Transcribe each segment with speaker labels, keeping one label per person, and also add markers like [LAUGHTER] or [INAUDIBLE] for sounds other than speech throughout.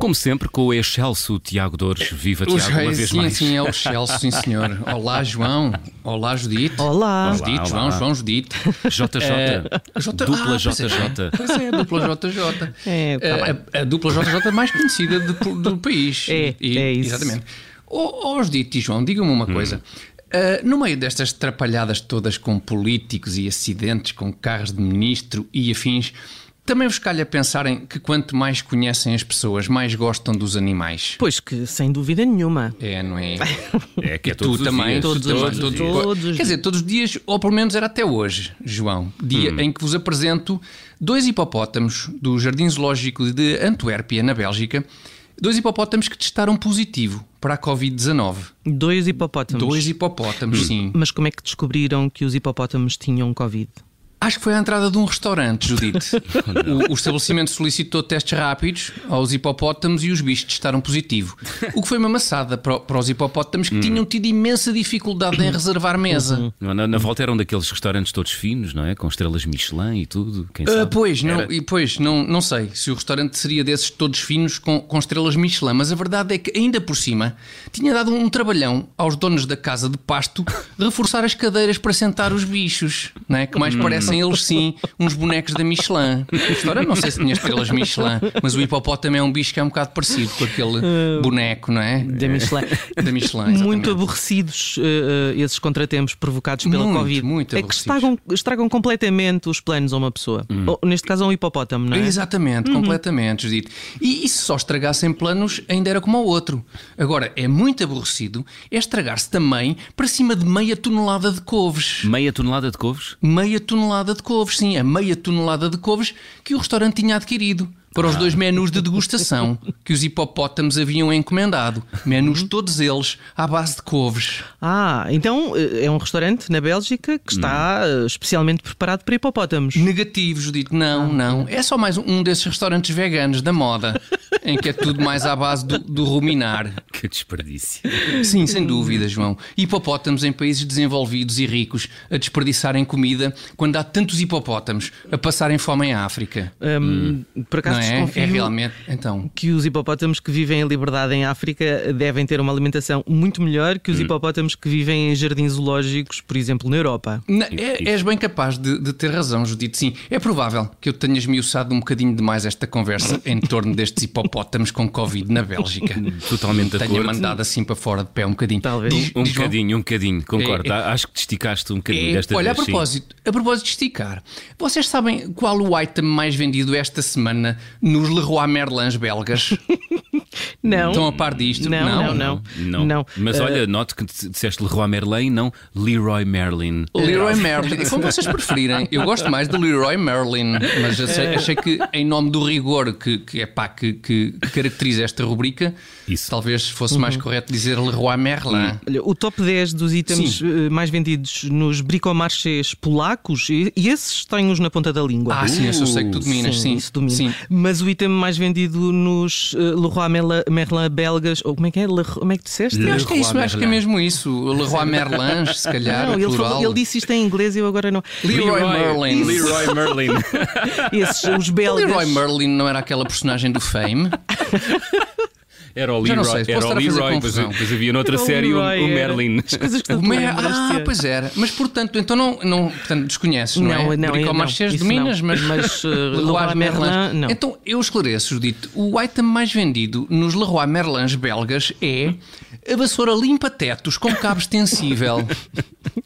Speaker 1: Como sempre, com o excelso Tiago Dores. Viva Tiago uma vez
Speaker 2: sim,
Speaker 1: mais.
Speaker 2: sim, é o excelso, sim senhor. Olá, João. Olá, Judite.
Speaker 3: Olá.
Speaker 2: Judite,
Speaker 1: Olá,
Speaker 2: João,
Speaker 1: olá.
Speaker 2: João, Judite. Eh,
Speaker 1: JJ.
Speaker 2: É, J-
Speaker 1: Dupla
Speaker 2: pois é.
Speaker 1: JJ.
Speaker 2: Pois é, a dupla JJ.
Speaker 3: É, tá
Speaker 2: a, a- a dupla JJ mais conhecida de- do país.
Speaker 3: É, é isso.
Speaker 2: Exatamente. Ó oh, Judite e João, digam-me uma
Speaker 1: Hum.
Speaker 2: coisa. Ah, no meio destas trapalhadas todas com políticos e acidentes, com carros de ministro e afins, também vos calha pensarem que quanto mais conhecem as pessoas, mais gostam dos animais.
Speaker 3: Pois que, sem dúvida nenhuma.
Speaker 2: É, não é?
Speaker 1: É que é
Speaker 2: E tu
Speaker 1: todos os
Speaker 2: também.
Speaker 1: dias.
Speaker 3: Todos os
Speaker 1: Todos
Speaker 3: dias.
Speaker 1: os dias.
Speaker 3: Todos os
Speaker 2: Quer dizer, todos os dias, ou pelo menos era até hoje, João, dia em que vos apresento dois hipopótamos do Jardim Zoológico de Antuérpia, na Bélgica, dois hipopótamos que testaram positivo para a Covid-19.
Speaker 3: Dois hipopótamos.
Speaker 2: Dois hipopótamos, sim.
Speaker 3: Mas como é que descobriram que os hipopótamos tinham Covid?
Speaker 2: Acho que foi à entrada de um restaurante, Judite. o, o estabelecimento solicitou testes rápidos aos hipopótamos e os bichos testaram positivo. O que foi uma maçada para, o- para os hipopótamos que tinham tido imensa dificuldade em reservar mesa.
Speaker 1: Na, na volta eram daqueles restaurantes todos finos, não é? Com estrelas Michelin e tudo. Quem
Speaker 2: Ah,
Speaker 1: sabe?
Speaker 2: pois, não,
Speaker 1: Era-
Speaker 2: e pois não, não sei se o restaurante seria desses todos finos com, com estrelas Michelin, mas a verdade é que ainda por cima tinha dado um trabalhão aos donos da casa de pasto reforçar as cadeiras para sentar os bichos, não é? que
Speaker 1: Hum.
Speaker 2: mais parecem eles sim uns bonecos da Michelin. O restaurante não sei se tinha estrelas Michelin, mas o hipopótamo é um bicho que é um bocado parecido com aquele
Speaker 1: Ah.
Speaker 2: boneco, não é?
Speaker 3: Da Michelin.
Speaker 2: Da Michelin. [LAUGHS] exatamente.
Speaker 3: Muito aborrecidos eh, eh, esses contratempos provocados pela
Speaker 2: Muito,
Speaker 3: Covid.
Speaker 2: muito
Speaker 3: é que
Speaker 2: aborrecidos. Hum.
Speaker 3: estragam, estragam completamente os planos a uma pessoa. Ou, neste caso, a um hipopótamo, não é?
Speaker 2: Exatamente, completamente, Judite. E, e se só estragassem planos, ainda era como ao outro. Agora, é muito aborrecido é estragar-se também para cima de meia tonelada de couves.
Speaker 1: Meia tonelada de couves?
Speaker 2: Meia tonelada de couves, sim, a meia tonelada de couves que o restaurante tinha adquirido para os
Speaker 3: Ah.
Speaker 2: dois menus de degustação que os hipopótamos haviam encomendado.
Speaker 3: Uhum.
Speaker 2: Menus todos eles à base de couves.
Speaker 3: Ah, então eh, é um restaurante na Bélgica
Speaker 2: Hum.
Speaker 3: que está eh, especialmente preparado para hipopótamos.
Speaker 2: Negativo, Judite. Não,
Speaker 3: Ah.
Speaker 2: não. É só mais um desses restaurantes veganos da moda, em que é tudo mais à base do- do ruminar.
Speaker 1: Que desperdício.
Speaker 2: Sim, sem dúvida, João. Hipopótamos em países desenvolvidos e ricos a desperdiçarem comida quando há tantos hipopótamos a passarem fome em África.
Speaker 3: Ahm, Hum, Por acaso
Speaker 2: não é?
Speaker 3: desconfio
Speaker 2: É realmente. Então.
Speaker 3: que os hipopótamos que vivem em liberdade em África devem ter uma alimentação muito melhor que os
Speaker 2: Hum.
Speaker 3: hipopótamos que vivem em jardins zoológicos, por exemplo, na Europa.
Speaker 2: Na- é- és bem capaz de, de ter razão, Judite. Sim, é provável que eu tenha esmiuçado um bocadinho demais esta conversa
Speaker 1: [LAUGHS]
Speaker 2: em torno destes hipopótamos com Covid na Bélgica.
Speaker 1: Totalmente de
Speaker 2: Tenha
Speaker 1: acordo.
Speaker 2: mandado assim para fora de pé um bocadinho.
Speaker 3: Talvez.
Speaker 2: Diz-
Speaker 1: Um
Speaker 2: diz, João?
Speaker 1: bocadinho, um bocadinho, concordo.
Speaker 2: É, é.
Speaker 1: Ah, Acho que te esticaste um bocadinho
Speaker 2: É,
Speaker 1: desta
Speaker 2: olha,
Speaker 1: vez.
Speaker 2: a
Speaker 1: sim.
Speaker 2: propósito, a propósito de esticar, vocês sabem qual o item mais vendido esta semana nos Leroy Merlins belgas?
Speaker 3: [LAUGHS] Não.
Speaker 2: Estão a par disto?
Speaker 3: Não, não, não.
Speaker 1: Não.
Speaker 3: Não.
Speaker 1: Mas
Speaker 3: Ah,
Speaker 1: olha, note que te- disseste Leroy Merlin, não Leroy Merlin.
Speaker 2: Leroy Merlin, como vocês preferirem. Eu gosto mais de Leroy Merlin, mas achei, achei que, em nome do rigor que, que, é pá, que, que caracteriza esta rubrica,
Speaker 1: Isso.
Speaker 2: talvez fosse mais
Speaker 3: Uhum.
Speaker 2: correto dizer Leroy Merlin.
Speaker 3: Olha, o top 10 dos itens eh, mais vendidos nos bricomarchés polacos, e, e esses têm-os na ponta da língua.
Speaker 2: Ah, sim, eu sei que tu dominas, sim.
Speaker 3: isso domino.
Speaker 2: Sim.
Speaker 3: Mas o item mais vendido nos eh, Leroy Merlin, Merlin belgas, ou como é que é? Le- como é que disseste?
Speaker 1: Le-
Speaker 2: Eu acho que é isso,
Speaker 1: Leroy
Speaker 2: acho que é
Speaker 1: Merlin.
Speaker 2: mesmo isso. Leroy Merlin, se calhar,
Speaker 3: não, ele,
Speaker 2: plural.
Speaker 3: falou- ele disse isto em inglês e eu agora não.
Speaker 2: Leroy, Merlin.
Speaker 1: Leroy Merlin.
Speaker 3: Esses, os belgas.
Speaker 2: Leroy Merlin não era aquela personagem do
Speaker 3: [LAUGHS]
Speaker 2: Fame?
Speaker 1: Era o
Speaker 2: Já não
Speaker 1: Leroy,
Speaker 2: sei,
Speaker 1: era
Speaker 2: posso
Speaker 1: o
Speaker 2: estar a fazer
Speaker 1: Leroy, depois,
Speaker 2: confusão.
Speaker 1: depois havia noutra
Speaker 3: Era o
Speaker 1: série o,
Speaker 3: Leroy,
Speaker 1: o
Speaker 3: era.
Speaker 2: [LAUGHS]
Speaker 1: Merlin.
Speaker 3: As coisas que tu
Speaker 2: O
Speaker 3: te
Speaker 2: Mer-
Speaker 3: lembraste.
Speaker 2: Ah, pois era. Mas portanto, então não, não portanto, desconheces, não,
Speaker 3: Não,
Speaker 2: é?
Speaker 3: não, eu não,
Speaker 2: Bricomarchés
Speaker 3: isso
Speaker 2: dominas,
Speaker 3: não.
Speaker 2: mas, [LAUGHS]
Speaker 3: Mas, eh,
Speaker 2: Leroy
Speaker 3: Leroy Merlin,
Speaker 2: Merlins.
Speaker 3: não.
Speaker 2: Então eu esclareço, Judito. O item mais vendido nos Leroy Merlins belgas é a vassoura limpa-tetos com cabo
Speaker 3: [LAUGHS]
Speaker 2: extensível.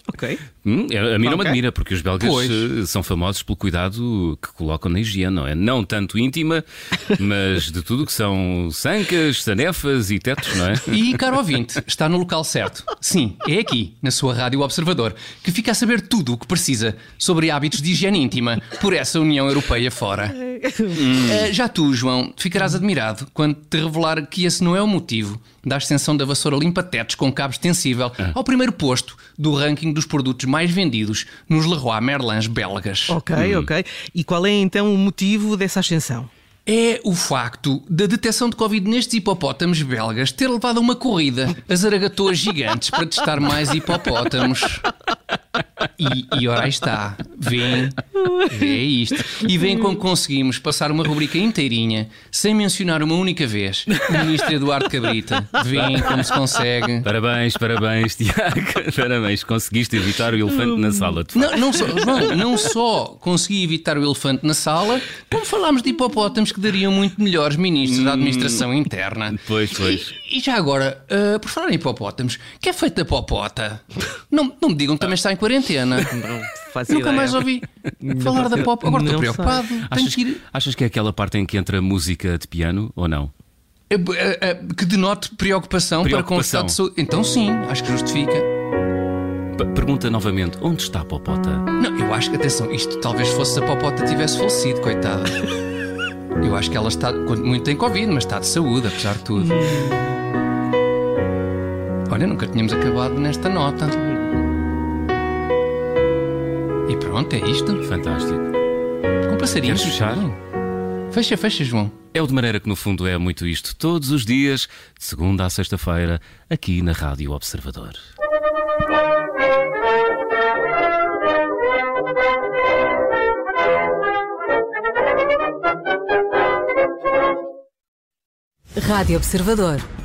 Speaker 3: Ok.
Speaker 1: Hum, é- a mim não me
Speaker 3: Ok.
Speaker 1: admira, porque os belgas
Speaker 2: Pois.
Speaker 1: eh, são famosos pelo cuidado que colocam na higiene, não é? Não tanto íntima,
Speaker 2: [LAUGHS]
Speaker 1: mas de tudo o que são sancas, sanefas e tetos,
Speaker 2: [LAUGHS]
Speaker 1: não é?
Speaker 2: E, caro ouvinte, está no local certo. Sim, é aqui, na sua Rádio Observador, que fica a saber tudo o que precisa sobre hábitos de higiene íntima por essa União Europeia fora. Eh, já tu, João, ficarás admirado quando te revelar que esse não é o motivo da ascensão da vassoura limpa-tetos com cabo extensível ao primeiro posto do ranking dos produtos mais vendidos nos Leroy Merlins
Speaker 3: Oh,
Speaker 2: belgas.
Speaker 3: Ok, ok. E qual é então o motivo dessa ascensão?
Speaker 2: É o facto da detecção de Covid nestes hipopótamos belgas ter levado a uma corrida a zaragatoas gigantes para testar mais hipopótamos. E, e ora aí está, vem, vê isto. E vem como conseguimos passar uma rubrica inteirinha sem mencionar uma única vez o ministro Eduardo Cabrita. Vem como se consegue.
Speaker 1: Parabéns, parabéns, Tiago. [LAUGHS] Parabéns, conseguiste evitar o elefante na sala. de facto.
Speaker 2: Não, não só, João, não só consegui evitar o elefante na sala, como falámos de hipopótamos que dariam muito melhores ministros da administração interna.
Speaker 1: Pois, pois.
Speaker 2: E, e já agora, ah, por falar em hipopótamos, que é feito da popota? Não, não me digam que também está em quarentena.
Speaker 3: Faço
Speaker 2: Nunca
Speaker 3: ideia.
Speaker 2: mais ouvi falar da popota. Agora estou
Speaker 3: Não sei.
Speaker 2: preocupado. Tenho
Speaker 1: Achas,
Speaker 2: que ir.
Speaker 1: achas que é aquela parte em que entra música de piano ou não?
Speaker 2: Eh, b- eh, eh, Que denote preocupação, para com o
Speaker 1: Preocupação.
Speaker 2: estado de saúde. Então, sim, acho que justifica.
Speaker 1: P- pergunta novamente: onde está a popota?
Speaker 2: Não, eu acho que, atenção, isto talvez fosse se a Popota tivesse
Speaker 1: [LAUGHS]
Speaker 2: falecido, coitada. Eu acho que ela está, quando muito tem Covid, mas está de saúde, apesar de tudo.
Speaker 1: Hum.
Speaker 2: Olha, nunca tínhamos acabado nesta nota. E pronto, é isto.
Speaker 1: Fantástico.
Speaker 2: Com passarinhos.
Speaker 1: Queres fechar?
Speaker 2: Fecha, fecha, João.
Speaker 1: É o de maneira que, no fundo, é muito isto. Todos os dias, de segunda à sexta-feira, aqui na Rádio Observador.
Speaker 4: Rádio Observador.